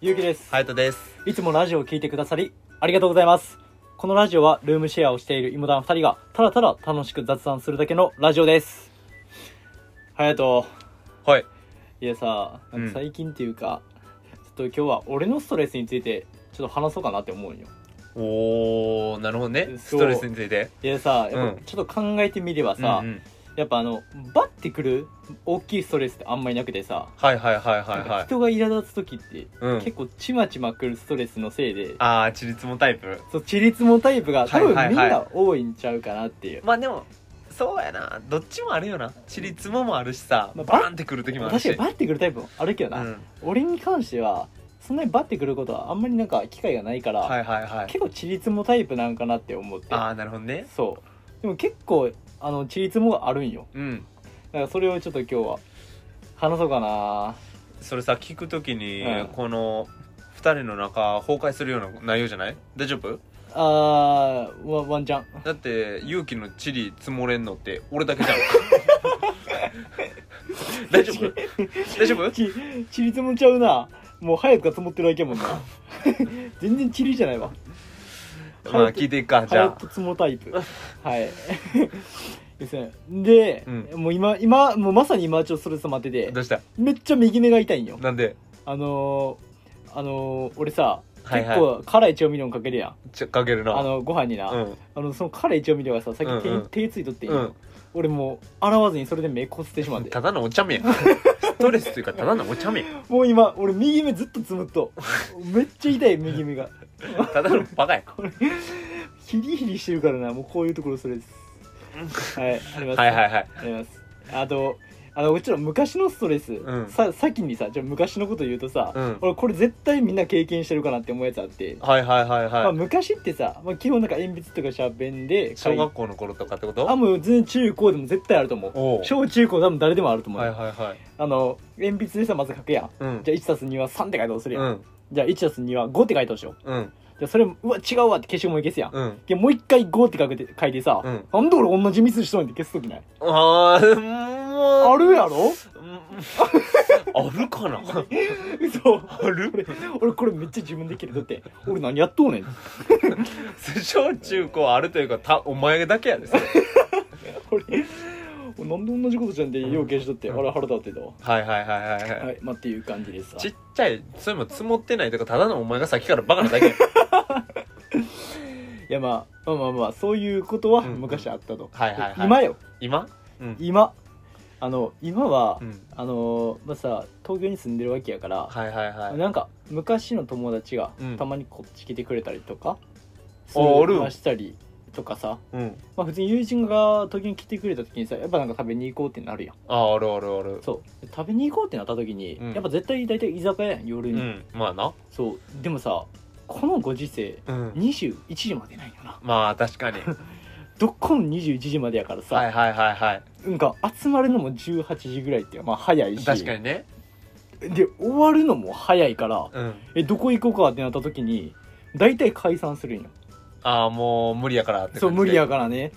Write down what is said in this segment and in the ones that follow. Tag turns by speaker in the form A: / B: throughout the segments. A: ゆうきです、
B: ハヤトです。
A: い、つもラジオを聞いてくださりありがとうございますこのラジオはルームシェアをしている芋団2人がただただ楽しく雑談するだけのラジオです隼人
B: はい。
A: いやさなんか最近っていうか、ちょっと今日は俺のストレスについてちょっと話そうかなって思うんよ
B: おー、なるほどね。ス
A: そう
B: トレスについて。
A: いやさやっ
B: う
A: ぱ
B: ん
A: ちょっと考えてみればさ、
B: うんうん
A: やっぱあのバッてくる大きいストレスってあんまりなくてさ、
B: はいはいはいは
A: なん
B: い
A: か
B: はい。
A: 人が苛立つ時って、
B: うん
A: 結構ちまちまくるストレスのせいで
B: あー、ちりつもタイプ。
A: そうちりつもタイプが多分
B: はい
A: みん
B: はいはい
A: な多いんちゃうかなっていう、
B: まあでも、そうやな。どっちもあるよな。ちりつももあるしさ、
A: まあ
B: バ
A: ば
B: ーンってくる時もある
A: 確か
B: し。
A: にバッてくるタイプもあるけどな、
B: うん
A: 俺に関してはそんなにバッてくることはあんまりなんか機会がないから、
B: はいはいはい。
A: 結構ちりつもタイプなんかなって思って
B: あー、なるほどね。
A: そうでも結構あのちりつもがあるんよ
B: うん。
A: だからそれをちょっと今日は話そうかな
B: それさ、聞くときに
A: うん、
B: この、二人の中崩壊するような内容じゃない大丈夫
A: あーワワンチャン
B: だって勇気のチリ積もれんのって俺だけ じゃん大丈夫大丈 夫
A: ちちりつもちゃうなもう早くが積もってるだけやもんな 全然ちりじゃないわ
B: まあ聞いていくかじゃ
A: 早
B: あ
A: く積もタイ プはいですねで、
B: う
A: もう今今もうまさに今ちょっとストレス溜まってて
B: どうした
A: めっちゃ右目が痛いんよ
B: なんで
A: あのー、あのー、俺さ、
B: はいは
A: 結
B: い
A: 構辛い調味料かけるやん
B: ちょかけるな
A: あのご飯にな、
B: うん
A: あのその辛い調味料がさ先手,、
B: うんうん
A: 手ついとってんよ、
B: うん
A: 俺もう洗わずにそれで目こすってしまって
B: ただのお茶目やん ストレスというかただのお茶目やん
A: もう今俺右目ずっとつむっとめっちゃ痛い右目が
B: ただのバカやん
A: ヒリヒリしてるからなもうこういうところそれ ですはいあります
B: はいはいはい
A: ありますあとあのちろん昔のストレス、
B: うん
A: さ先にさじゃあ昔のこと言うとさ、
B: うん
A: 俺これ絶対みんな経験してるかなって思うやつあって、
B: はいはいはい
A: まあ、
B: はい
A: 昔ってさ、まあ、基本なんか鉛筆とかシャーペンで書
B: 小
A: い
B: 学校の頃とかってこ
A: あ
B: と
A: もう全然中高でも絶対あると思
B: お
A: う
B: う
A: 小中高多分誰でもあると思う、
B: はいはいはい
A: あの鉛筆でさまず書くやん
B: うん
A: じゃあ 1+2 は3って書いたとするや、
B: うんん
A: じゃあ 1+2 は5って書いたとしよう
B: うん
A: じゃあそれもうわ違うわって消しゴム消すやん、
B: うん
A: でもう一回5って書くて書いてさ、
B: うん
A: なんで俺同じミスしとんって消すときない
B: あーも う
A: あるやろ
B: うんあるかな
A: 嘘
B: ある
A: 俺俺これめっちゃ自分で切れとって俺何やっとうねん
B: 小中高あるというかたお前だけやですはい
A: 俺俺なんで同じことじゃんって要求しとって、
B: うん
A: あれ腹立ってたわ、
B: はいはいはいはい
A: はいまあっていう感じですわ
B: ちっちゃいそれも積もってないというかただのお前がさっきからバカなだけや
A: いやまあまあまあまあそういうことは
B: うんうん
A: 昔あったと、
B: はいはいはい
A: 今よ
B: 今うん
A: 今あの今は、
B: うん
A: あのまあさ東京に住んでるわけやから、
B: はいはいはい
A: なんか昔の友達が
B: うん
A: たまにこっち来てくれたりとか、
B: あある
A: ましたりとかさ、
B: うん
A: まあ、普通に友人が東京に来てくれた時にさやっぱなんか食べに行こうってなるやん
B: ああるあるある
A: そう食べに行こうってなった時に、
B: うん
A: やっぱ絶対大体居酒屋やん夜
B: う
A: に、
B: んまあな
A: そうでもさこのご時世
B: うん
A: 21時までないよな
B: まあ 確かに
A: どっこも21時までやからさ、
B: はいはいはいはい
A: なんか集まるのも18時ぐらいってまあ早いし
B: 確かにね
A: で終わるのも早いから
B: うん
A: えどこ行こうかってなった時に大体解散するんよ
B: ああもう無理やからって
A: そう無理や
B: か
A: からね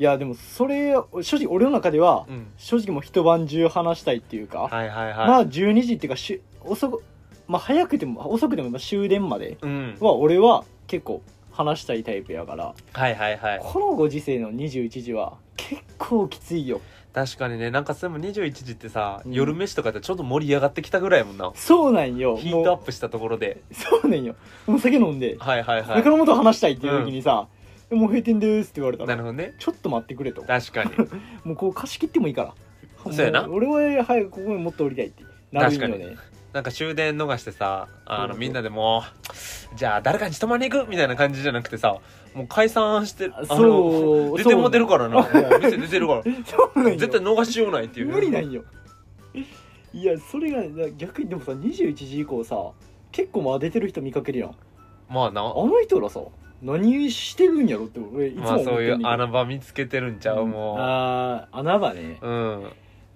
A: いやでもそれ正直俺の中では、
B: らうん
A: 正直もう一晩中話したいっていうか、
B: はいは
A: ま
B: いは
A: あ12時っていうかしゅ遅くまあ早くても遅くてもまあ終電まで
B: いうん
A: は俺は結構話したいタイプやから
B: はいはいはい
A: このご時世の21時は結構きついよ
B: 確かにねなんかそれも21時ってさ
A: うん
B: 夜飯とかってちょっと盛り上がってきたぐらいやもんな
A: そうなんよ
B: ヒートア
A: も
B: ップしたところで
A: うそうなんよもう酒飲んで
B: はいはいは
A: だから
B: い
A: もっと話したいっていう時にさ「もう閉店です」って言われた
B: なる
A: ら
B: ほどね
A: 「ちょっと待ってくれ」と
B: 確かに
A: もうこう貸し切ってもいいから
B: そうやな
A: も俺は早くここにもっと降りたいってなるんよ
B: 確か
A: ね
B: なんか終電逃してさあ
A: そう
B: の
A: そう
B: みんなでもうじゃあ誰かに泊まりに行くみたいな感じじゃなくてさもう解散してあの
A: そう
B: 出てもうてるからなも
A: そう
B: う店出 てるから
A: そうなんよ
B: 絶対逃しようないっていう
A: 無理なんよいやそれがな逆にでもさ21時以降さ結構まあ出てる人見かけるやんあ
B: まあな
A: の人らさ何してるんやろって俺いつも
B: ま
A: 思
B: あ
A: ってん
B: そう
A: ね
B: いうん
A: けど
B: 穴場見つけてるんちゃう、
A: ん
B: も
A: ああ穴場ね
B: うう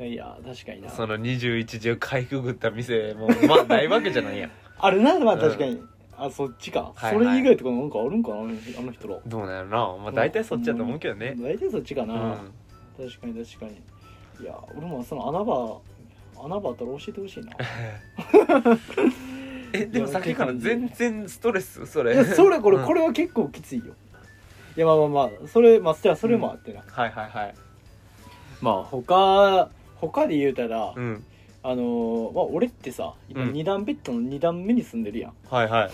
B: ん
A: いや確かにな
B: その21時をかいくぐった店もうまあないわけじ ゃないやん
A: あれなまあ確かに、あそっちか、
B: はい
A: そ
B: はい
A: れ以外とかなんかあるんかなあのあの人ら
B: どうなんやろなまあ大体そっちやと思うけどね
A: 大体そっちか
B: う
A: な、
B: ん
A: 確かに確かにい や俺もその穴場穴場あったら教えてほしいな
B: えでもさっきから全然ストレスそ
A: い
B: れ
A: やそれこれ
B: うん
A: これは結構きついよいやまあまあまあそれまあそれはそれもあってな、
B: はいはいはい
A: まあ他他で言うたら、
B: うん
A: あのーまあ、俺ってさ今
B: うん
A: 2段ベッドの2段目に住んでるやん、
B: はいはい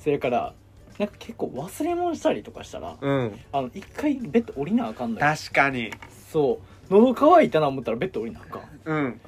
A: それからなんか結構忘れ物したりとかしたら
B: うん
A: あの1回ベッド降りなあかんのよ
B: 確かに
A: そう喉乾いたな思ったらベッド降りなあかん
B: うん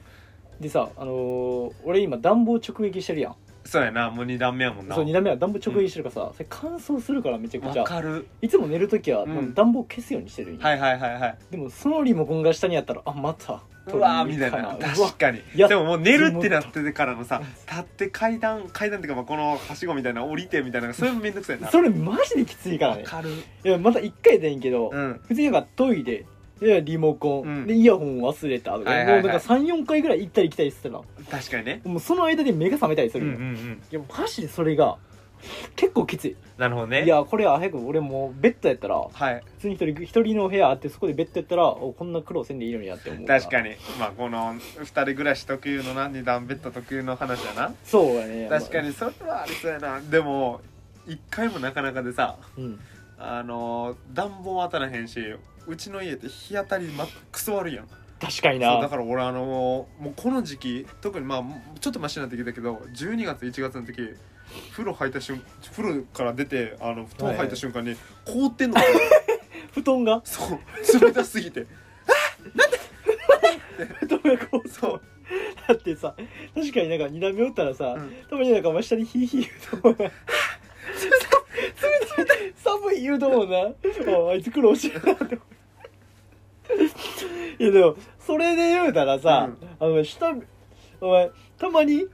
A: でさあのー俺今暖房直撃してるやん
B: そうやなもう2段目やもんな
A: そう2段目は暖房直撃してるからさ、それ乾燥するからめちゃくち
B: わ
A: ゃ
B: かる
A: いつも寝る時は
B: うん
A: 暖房消すようにしてるんよ、
B: はいはいはいはい
A: でもそのリモコンが下にあったらあまた
B: うわー
A: 取
B: み
A: り
B: た
A: に
B: い
A: 行く
B: な
A: うわ
B: 確かに
A: いや
B: でももう寝るってなっててからのさ立って階段階段っていうかまあこのはしごみたいなの降りてみたいなそれもめんどくさいな
A: それマジできついから
B: わ
A: ね
B: かる
A: いやまた1回でいいけど、
B: うん
A: 普通になんかトイレでリモコン、
B: うん
A: でイヤホン忘れたとか、
B: はいはいはい
A: もうなんか34回ぐらい行ったり来たりしてたら
B: 確かにね
A: もうその間で目が覚めたりす
B: うん
A: る
B: う
A: よ、
B: んうん
A: いやマジでそれが結構きつい
B: なるほどね
A: いやこれは早く俺もうベッドやったら
B: はい
A: 普通に一人一人の部屋あってそこでベッドやったらおこんな苦労せんでいいのになって思う
B: 確か
A: に
B: にまあこの2人暮らし特有のな二段ベッド特有の話だな
A: そうやね
B: 確かにそれはありそうやなでも一回もなかなかでさ
A: うん
B: あの暖房当たらへんしうちの家って日当たりまクソ悪いやん
A: 確かに
B: そうだ
A: な
B: から俺あのもうこの時期特にまあちょっとマシになってきたけど12月1月の時風呂入った瞬風呂から出てあの布団入った瞬間に凍ってんの、
A: 布団が
B: そう冷たす ぎて
A: 布団がこう
B: そう
A: だってさ確かになんか二段目打ったらさ、
B: うん
A: たまになんか真下にヒーヒー言う と思うな冷たい寒い言うと思うなああいつ苦労してるなって思ういやでもそれで言うたらさ、あの下お前たまに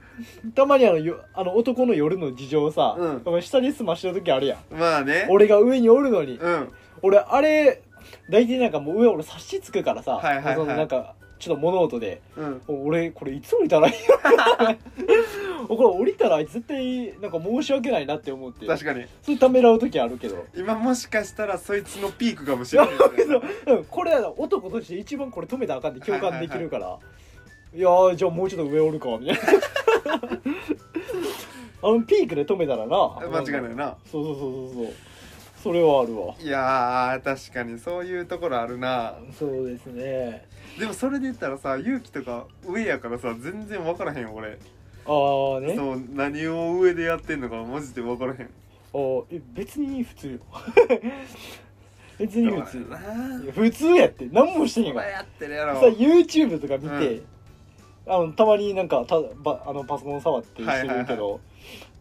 A: たまにあのよあの男の夜の事情をさ、
B: うん
A: お前下に済ましてる時あるやん
B: まあね
A: 俺が上におるのに、
B: うん
A: 俺あれ大体なんかもう上俺察しつくからさ、
B: はいはいはい
A: そのなんかちょっと物音で
B: うん
A: 俺これいつ降りたらいいの これ降りたら絶対なんか申し訳ないなって思って
B: 確かに
A: それためらう時あるけど
B: 今もしかしたらそいつのピークかもしれない よね、
A: けど、うん、これは男として一番これ止めたらあかんって共感できるから、いやーじゃあもうちょっと上おるかみたいな あのピークで止めたらな
B: 間違いないな
A: そうそうそうそうそうそれはあるわ
B: いやー確かにそういうところあるな
A: そうですね
B: でもそれで言ったらさ勇気とか上やからさ全然分からへんよ俺
A: ああね
B: そう何を上でやってんのかマジで分からへん
A: あーえ別に普 通よ別に普通
B: だからない
A: や普通やって何もしてんや
B: お
A: んか
B: 前
A: ら
B: やってるやろ
A: さ YouTube とか見て、あのたまになんかたばあのパソコン触ってしてるけど、
B: はいはい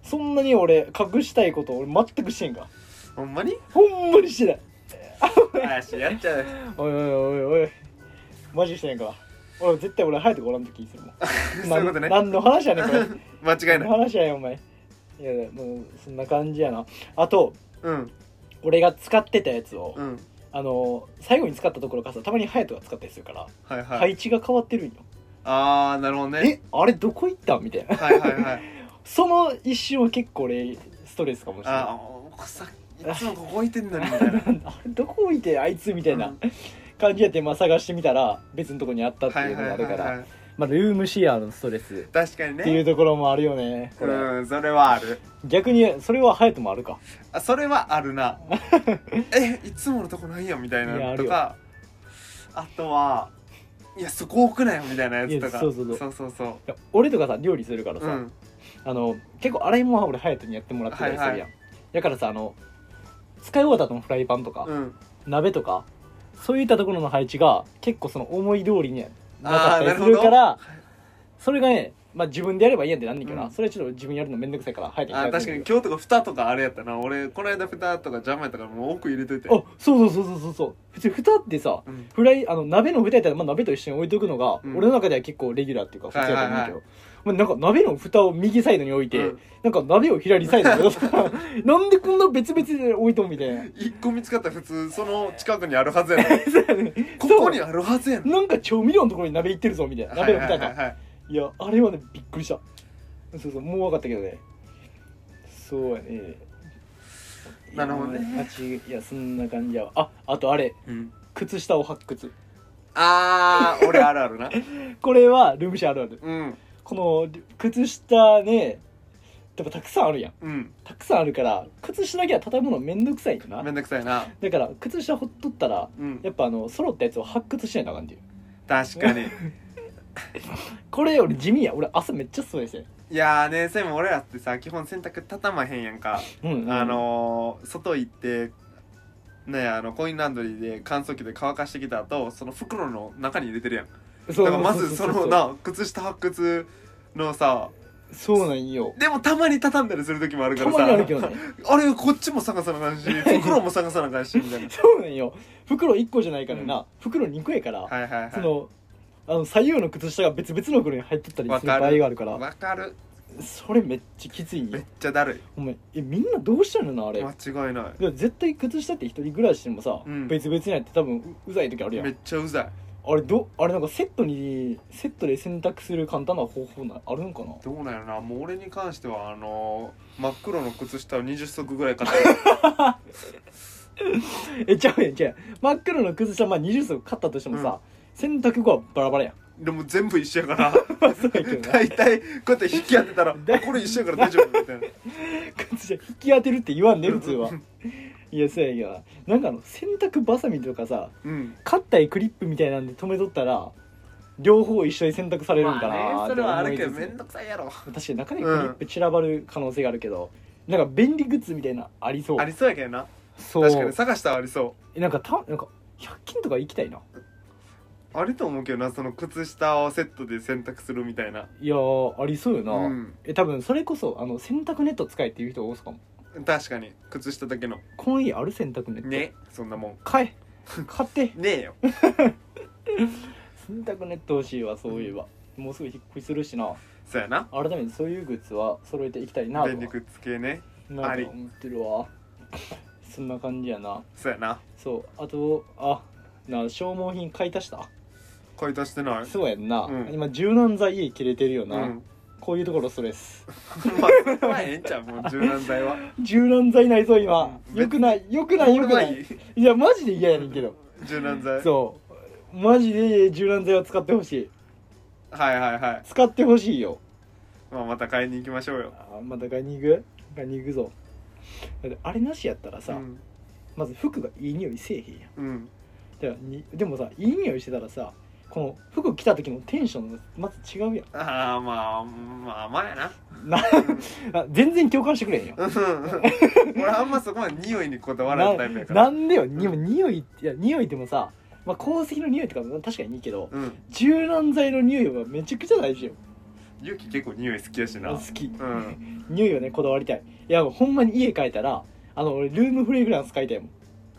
A: そんなに俺隠したいこと俺全くしてんか
B: ほん まに
A: ほんまにしてない
B: あしやっちゃ う
A: おいおいおいおいマジしてないか俺絶対俺隼人がおらんと気するもん
B: そういうことね
A: な何の話やねんこ れ
B: 間違
A: 何の
B: いない
A: 話やねんお前いやもうそんな感じやなあと
B: うん
A: 俺が使ってたやつを、
B: うん
A: あの最後に使ったところからさたまに隼人が使ったりするから、
B: はいはい、
A: 配置が変わってるんよ
B: ああなるほど
A: え
B: ね
A: あれどこ行ったみたいな
B: はいはいはい
A: その一瞬は結構俺ストレスかもしれない
B: ああさいつもここ置いてんのにみたいな
A: あれどこ置いてあいつみたいな
B: うん
A: 感じやって、まあ、探してみたら別のとこにあったって
B: はいいう
A: のがあ
B: はいはい
A: るから、
B: はい
A: まあ、ルームシェアのストレスっ
B: 確かに
A: ていう
B: ね
A: ところもあるよねこれ、
B: うんそれはある
A: 逆にそれは隼人もあるか
B: あそれはあ るなえいつものとこないよみたいない
A: やあ
B: の
A: る
B: と
A: よ
B: かあとはいやそこ置くなよみたいなやつと
A: いや
B: か
A: そうそうそう
B: そうそうそ
A: いや俺とかさ料理するから
B: うう
A: さ、
B: ん
A: あの結構洗い物は俺隼人にやってもらってたりするやん、だからさあの使い終わった後のフライパンとか、
B: うん
A: 鍋とかそういったところの配置が結構その思い通りにはなか
B: あ
A: ったり
B: ーなる
A: す
B: ほ
A: る
B: ど
A: からそれがね、まあ、自分でやればいいやんってなんねんけどな、
B: うん
A: それちょっと自分やるのめんどくさいから早く
B: あ確かに今日とか蓋とかあれやったな俺この間蓋とか邪魔やったからもう奥入れといて
A: あそうそうそうそうそうそう普通蓋ってさ
B: うん
A: フライあの鍋の蓋やったら、まあ、鍋と一緒に置いとくのが、
B: うん
A: 俺の中では結構レギュラーっていうか普通やと思う
B: はい
A: け
B: はいは
A: ど、まあ、なんか鍋の蓋を右サイドに置いて、
B: うん
A: なんか鍋を左サイドに置いてなんでこんな別々で置いとんみたいな
B: 一個見つかったら普通その近くにあるはずやのに こ
A: そう
B: こにあるはずやのに
A: なんか調味料のところに鍋いってるぞみたいな鍋の蓋か
B: はいはいはいはい
A: いやあれはねびっくりしたそうそうもう分かったけどねそうやね
B: なるほどね
A: いやあちいやそんな感じやわああとあれ
B: うん
A: 靴下を発掘
B: あー俺あるあるな
A: これはルームシェアあるある
B: うん
A: この靴下ねでもたくさんあるやん
B: うん
A: たくさんあるから靴下だけは畳むのめんどくさいんだ
B: め
A: なん
B: どくさいな
A: だから靴下ほっとったら
B: うん
A: やっぱあの揃ったやつを発掘しないとあかんっていう
B: 確かに
A: これ俺地味や俺朝めっちゃそうですね
B: いやーねせも俺らってさ基本洗濯畳まへんやんか
A: うん
B: あのー外行ってねあのコインランドリーで乾燥機で乾かしてきた後その袋の中に入れてるやんだ
A: そう
B: からまずそのな靴下発掘のさ
A: そうなんよ
B: でもたまに畳んだりする時もあるか
A: た
B: ら
A: まにあるけ
B: さ
A: どね
B: あれこっちも探さなあかん し袋も探さなあかんしみたいな
A: そうなんよ袋1個じゃないからな、袋2個やから、
B: はいはい
A: そ
B: は
A: のあの左右の靴下が別々の袋に入っとったり
B: わ
A: する場
B: か
A: 合
B: る
A: があるか
B: い
A: ら
B: わかる
A: それめっちゃきついん
B: め
A: よ
B: っちゃだる
A: お前えみんなどうしてんのなあ
B: い
A: れ
B: 間違いない
A: でも絶対靴下って一人暮らしでもさ、
B: うん
A: 別々にやって多分ううざい時あるや
B: め
A: ん
B: っちゃうざい
A: あれどあれなんかセットにセットで洗濯する簡単な方法なあるんかな
B: どうなんやろなもう俺に関してはあのー真っ黒の靴下を20足ぐらい買って
A: えちゃうやんちゃうやん真っ黒の靴下、まあ、20足買ったとしてもさ、洗濯後はバラバラやん
B: でも全部一緒やか ら
A: そうやけどな
B: 大体こうやって引き当てたら
A: 大
B: これ一緒や から大丈夫みたいな
A: 靴下引き当てるって言わんね普通はいやそうやけどななんかあの洗濯バサミとかさ
B: うん
A: カッタイクリップみたいなんで止めとったら両方一緒に洗濯されるんかな
B: まあね
A: ー
B: そ
A: って
B: れはあ
A: 思
B: る
A: い
B: け
A: つ
B: ど
A: つ
B: めんどくさいやろ
A: 確かに中にクリップ散らばる可能性があるけど、なんか便利グッズみたいなありそう
B: ありそうやけどな
A: そう
B: 確かに探したらありそ
A: えなんかたなんか100均とか行きたいな
B: うあると思うけどなその靴下をセットで洗濯するみたいない
A: やーありそうよな、
B: うん
A: え多分それこそあの洗濯ネット使えっていう人が多そうかも
B: 確かに靴下だけの
A: この家ある洗濯ネット
B: ねそんなもん
A: 買え買って
B: ねえよ
A: 洗濯ネット欲しいわそういえば、もうすぐ引っ越しするしな
B: そうやな
A: 改めてそういうグッズは揃えていきたいなと
B: 便利グッズ系ね
A: な
B: あ
A: ん
B: り
A: か思ってるわ そんな感じやな
B: そうやな
A: そうあとあな消耗品買い足した
B: 買い足してない
A: そうやんな、
B: うん
A: 今柔軟剤家切れてるよ
B: う
A: な、
B: ん
A: こういうところストレス
B: まあそれはええんちゃうもう柔軟剤は
A: 柔軟剤ないぞ今、
B: うん
A: よくないよくないよくない
B: 俺はい
A: いやマジで嫌やねんけど
B: 柔軟剤
A: そうマジで柔軟剤を使ってほしい
B: はいはいはい
A: 使ってほしいよ
B: まあまた買いに行きましょうよ
A: あーまた買いに行く買いに行くぞだってあれなしやったらさ、
B: うん
A: まず服がいい匂いせえへんやん
B: うん
A: だからにでもさいい匂いしてたらさこの服着た時のテンションがまず違うや
B: ああまあまあまあやなん
A: なあ全然共感してくれへんよ
B: うん俺あんまそこまで匂いにこだわらないタイプやか
A: な
B: ら
A: んでよに匂いいや匂いでもさ、まあ、鉱石の匂いとかも確かにいいけど
B: うん
A: 柔軟剤の匂いはめちゃくちゃ大事よ
B: ゆき結構匂い好きやしな
A: 好き、
B: ん
A: 匂いはねこだわりたいいやもうほんまに家帰ったらあの俺ルームフレグランス買いたいも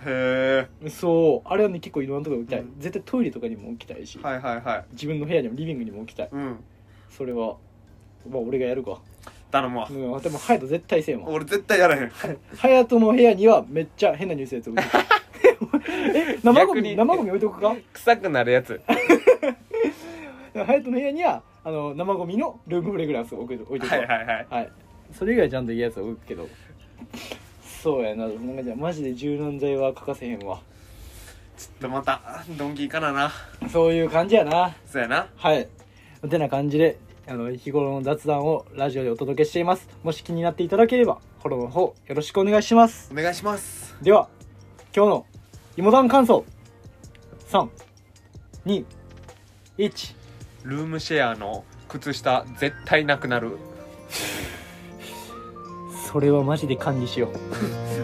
B: へ
A: んそうあれはね結構いろんなとこ置きたい、
B: うん
A: 絶対トイレとかにも置きたいし、
B: えはいはいはい
A: 自分の部屋にもリビングにも置きたい
B: うん
A: それはまあ俺がやるか
B: 頼むわ
A: うんでも隼人絶対せえもん
B: 俺絶対やらへん
A: 隼人の部屋にはめっちゃ変なニュースやつ 置いてたえ生ゴ
B: 逆
A: ミ
B: に
A: 生ゴミ置いとくか
B: 臭くなるやつは
A: 隼人の部屋にはあの生ゴミのルームフレグランスを置いとく置い
B: い
A: とく
B: は
A: わ
B: いはい
A: はい、それ以外ちゃんといいやつは置くけどそうやななんかじゃあマジで柔軟剤は欠かせへんわ
B: ちょっとまたドンキ行かなな
A: そういう感じやな
B: そうやな
A: はいてな感じであの日頃の雑談をラジオでお届けしていますもし気になっていただければフォローの方よろしくお願いします
B: お願いします
A: では今日の芋団感想321
B: ルームシェアの靴下絶対なくなる
A: それはマジで管理しよ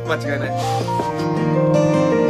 A: う
B: 間違いない